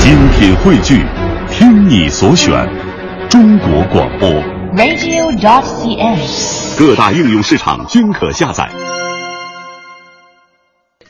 精品汇聚，听你所选，中国广播。 radio.cn。各大应用市场均可下载。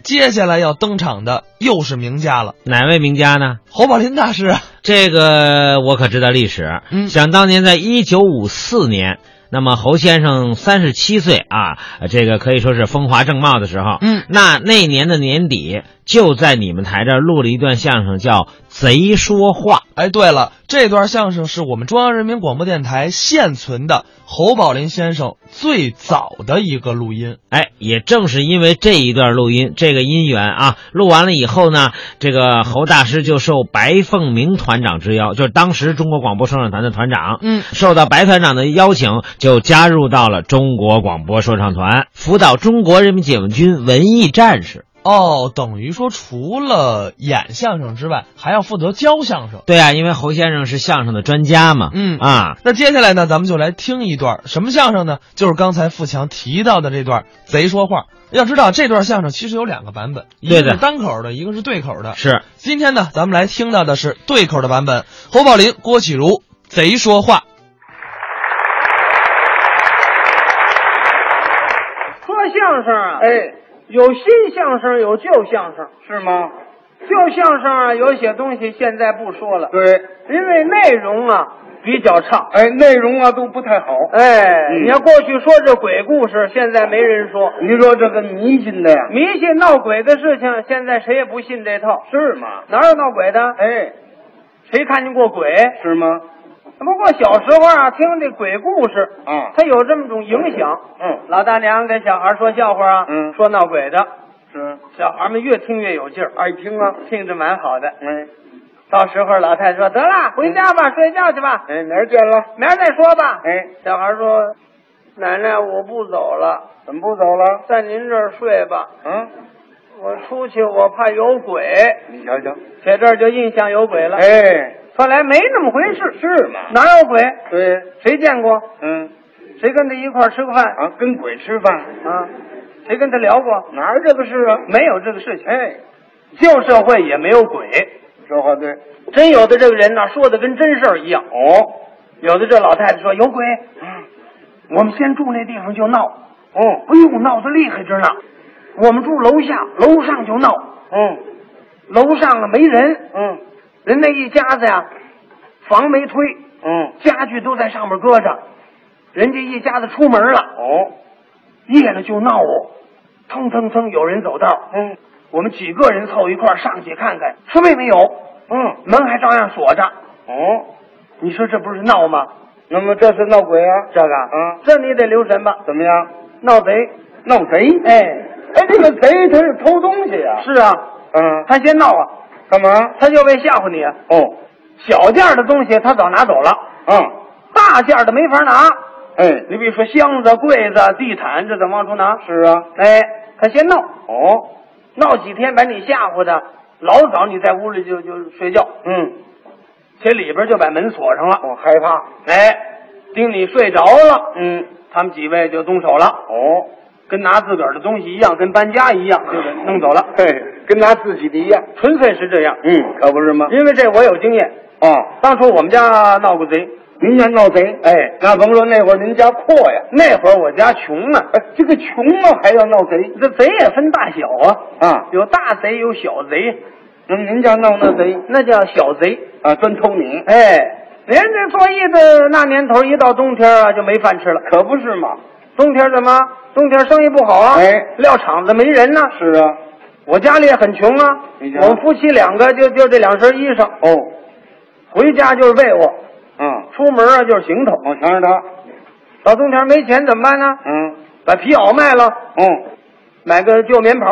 接下来要登场的又是名家了，哪位名家呢？侯宝林大师啊。这个我可知道历史。嗯想当年，在一九五四年，那么侯先生三十七岁啊，呃这个可以说是风华正茂的时候。嗯，那那年的年底，就在你们台这儿录了一段相声，叫《贼说话》。哎，对了，这段相声是我们中央人民广播电台现存的侯宝林先生最早的一个录音。哎，也正是因为这一段录音，这个姻缘啊，录完了以后呢，这个侯大师就受白凤鸣团长之邀，就是当时中国广播说唱团的团长，嗯，受到白团长的邀请，就加入到了中国广播说唱团，辅导中国人民解放军文艺战士。哦，等于说除了演相声之外，还要负责教相声。对啊，因为侯先生是相声的专家嘛，嗯啊，那接下来呢，咱们就来听一段什么相声呢？就是刚才富强提到的这段《贼说话》。要知道，这段相声其实有两个版本，一个对的是单口的，一个是对口的。是今天呢，咱们来听到的是对口的版本，侯宝林、郭启儒《贼说话》。说相声啊，哎，有新相声，有旧相声。是吗？旧相声啊，有些东西现在不说了，对，因为内容啊比较差。哎，内容啊都不太好。哎，嗯你要过去说这鬼故事，现在没人说。你说这个迷信的呀，迷信闹鬼的事情，现在谁也不信这套，是吗？哪有闹鬼的？哎，谁看见过鬼？是吗？不过小时候啊，听这鬼故事，啊它有这么种影响。嗯，老大娘跟小孩说笑话啊，嗯说闹鬼的，是，小孩们越听越有劲儿，爱听啊，听着蛮好的。哎，到时候老太太说：“得了，回家吧，睡觉去吧，哎，哪儿见了？明儿再说吧。”哎，小孩说：“奶奶，我不走了，怎么不走了？在您这儿睡吧。嗯，我出去，我怕有鬼。你瞧瞧，”在这儿就印象有鬼了。，哎，后来没那么回事，是吗哪有鬼？对，谁见过？嗯，谁跟他一块儿吃过饭啊，跟鬼吃饭，啊？谁跟他聊过？哪儿这个事啊？没有这个事情。哎，旧社会也没有鬼，说话对。真有的这个人呐，说的跟真事儿一样。哦，有的这老太太说有鬼，哎嗯，我们先住那地方就闹。哦，哎呦，闹得厉害着呢！我们住楼下，楼上就闹，嗯，楼上啊没人，嗯，人那一家子呀，房没推，嗯，家具都在上面搁着，人家一家子出门了，哦，夜了就闹哦，腾腾腾，有人走道，嗯，我们几个人凑一块儿上去看看，什么也没有，嗯，门还照样锁着。哦，你说这不是闹吗？那么这是闹鬼啊？这个，嗯这你得留神吧，怎么样？闹贼，闹贼？哎，哎，这个贼他是偷东西呀、是啊，嗯，他先闹啊，干嘛？他就为吓唬你啊。哦，小件儿的东西他早拿走了，嗯，大件儿的没法拿。哎，你比如说箱子、柜子、地毯，这怎么往出拿？是啊，哎，他先闹，哦，闹几天把你吓唬的，老早你在屋里就就睡觉，嗯，这里边就把门锁上了。我害怕，哎，盯你睡着了，嗯，他们几位就动手了，哦，跟拿自个儿的东西一样，跟搬家一样，就给弄走了，嘿，跟拿自己的一样，纯粹是这样。嗯，可不是吗？啊因为这我有经验，哦，当初我们家闹过贼，您家闹贼，哎，那甭说那会儿您家阔呀，那会儿我家穷啊，哎，这个穷啊还要闹贼这贼也分大小啊。啊？有大贼，有小贼，那么您家闹那贼那叫小贼。啊，专偷你，哎，连这做艺的那年头，一到冬天啊就没饭吃了。可不是嘛？冬天怎么？冬天生意不好啊，哎撂场子没人呢。是啊，我家里也很穷啊，你家我们夫妻两个就就这两身衣裳，哦，回家就是被窝，嗯，出门啊就是行头。我瞧着他，到冬天没钱怎么办呢？嗯，把皮袄卖了，嗯，买个旧棉袍，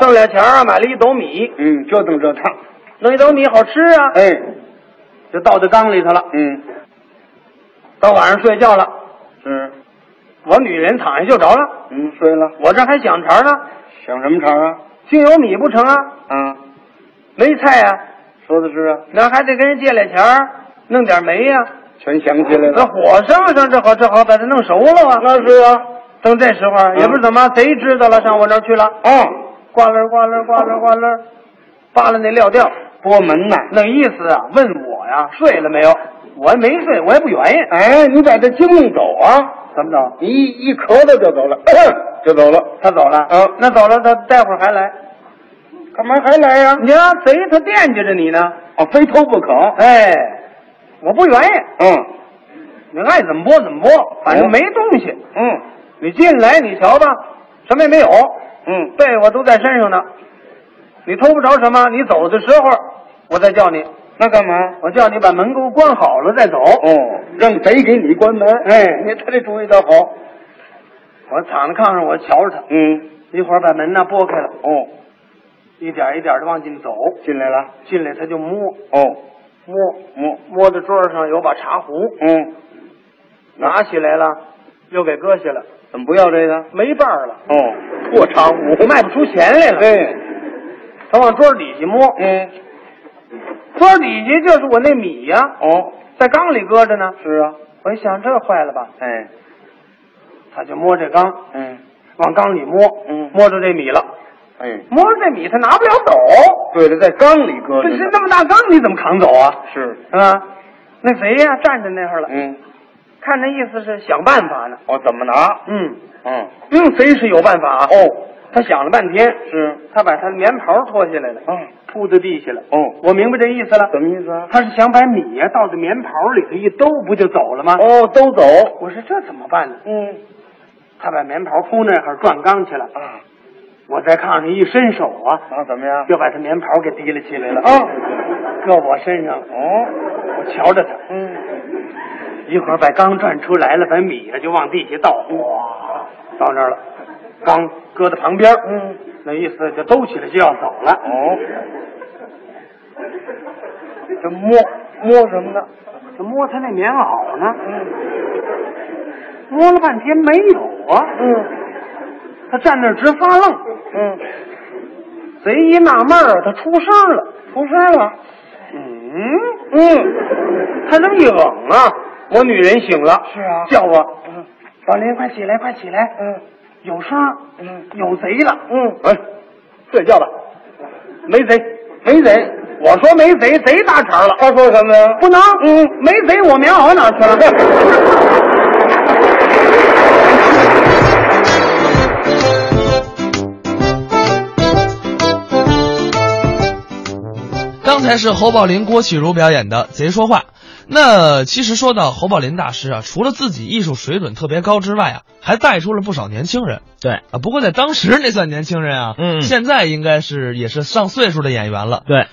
剩俩钱儿啊买了一斗米，嗯，折腾折腾，弄一斗米好吃啊，哎，就倒在缸里头了。嗯，到晚上睡觉了。是，我女人躺下就着了，嗯，睡了。我这还想茬呢，想什么茬啊？竟有米不成啊，啊，没菜啊，说的是啊，那还得跟人借俩钱儿，弄点煤呀、全想起来那了。火上上这好这好把它弄熟了啊。那是啊，等这时候啊嗯也不知怎么贼哦知道了，上我那儿去了，啊，呱楞呱楞呱楞呱楞，扒拉那料调，拨门呐。那意思啊，问我呀，睡了没有？我还没睡，我也不原因。哎，你把这惊弄走啊！怎么着？你一一咳嗽就走了，就走了。他走了？啊那走了，他待会儿还来。干嘛还来呀、你让贼他惦记着你呢。哦，非偷不可。哎，我不原因，嗯你爱怎么播怎么播，反正哦没东西。嗯你进来，你瞧吧，什么也没有，嗯，被窝都在身上呢。你偷不着什么，你走的时候我再叫你，那干嘛？我叫你把门给我关好了再走。哦，让贼给你关门。哎你他这主意倒好。我躺在炕上，我瞧着他，嗯，一会儿把门呢拨开了，哦，一点一点的往进走，进来了。进来他就摸哦，摸嗯摸到桌上有把茶壶，嗯，拿起来了，又给搁下了，怎么不要这个？没伴儿了，哦，破茶壶卖不出钱来了。哎，他往桌底下摸，嗯，桌底下就是我那米呀、哦，在缸里搁着呢。是啊。我一想这坏了吧，哎，他就摸这缸，嗯，往缸里摸，嗯摸着这米了，哎，摸着这米他拿不了走，对了，在缸里搁这着是呢。那么大缸你怎么扛走啊？是，啊，那谁呀、站在那儿了，嗯，看那意思是想办法呢。哦，怎么拿？嗯，嗯，嗯，贼是有办法啊。哦，他想了半天，是，他把他的棉袍脱下来了，嗯，铺在地下了。哦，我明白这意思了，什么意思啊？他是想把米呀、倒在棉袍里头一兜，不就走了吗？哦，都走。我说这怎么办呢？嗯他把棉袍铺那会儿转缸去了，啊，我在炕上一伸手啊，那怎么样？就把他棉袍给提了起来了，啊，搁我身上了。哦，我瞧着他，嗯，一会儿把缸转出来了，把米呀就往地下倒，哇，到那儿了，缸搁在旁边，嗯，那意思就兜起来就要走了。哦，这摸摸什么呢？嗯就摸他那棉袄呢，摸了半天没有啊，嗯他站那儿直发愣。嗯，贼一纳闷儿啊，他出声了，出事了。嗯。嗯，他这么一愣啊，我女人醒了，是啊叫我，老林，快起来，快起来，嗯，有声儿，嗯有贼了，嗯，哎，睡觉吧，没贼，没贼，我说没贼，贼搭茬了，他说什么呀？不能，嗯，没贼，我棉袄哪去了？刚才是侯宝林、郭启儒表演的《贼说话》。那其实说到侯宝林大师啊，除了自己艺术水准特别高之外啊，还带出了不少年轻人对啊。不过在当时那算年轻人啊，嗯现在应该是也是上岁数的演员了。对，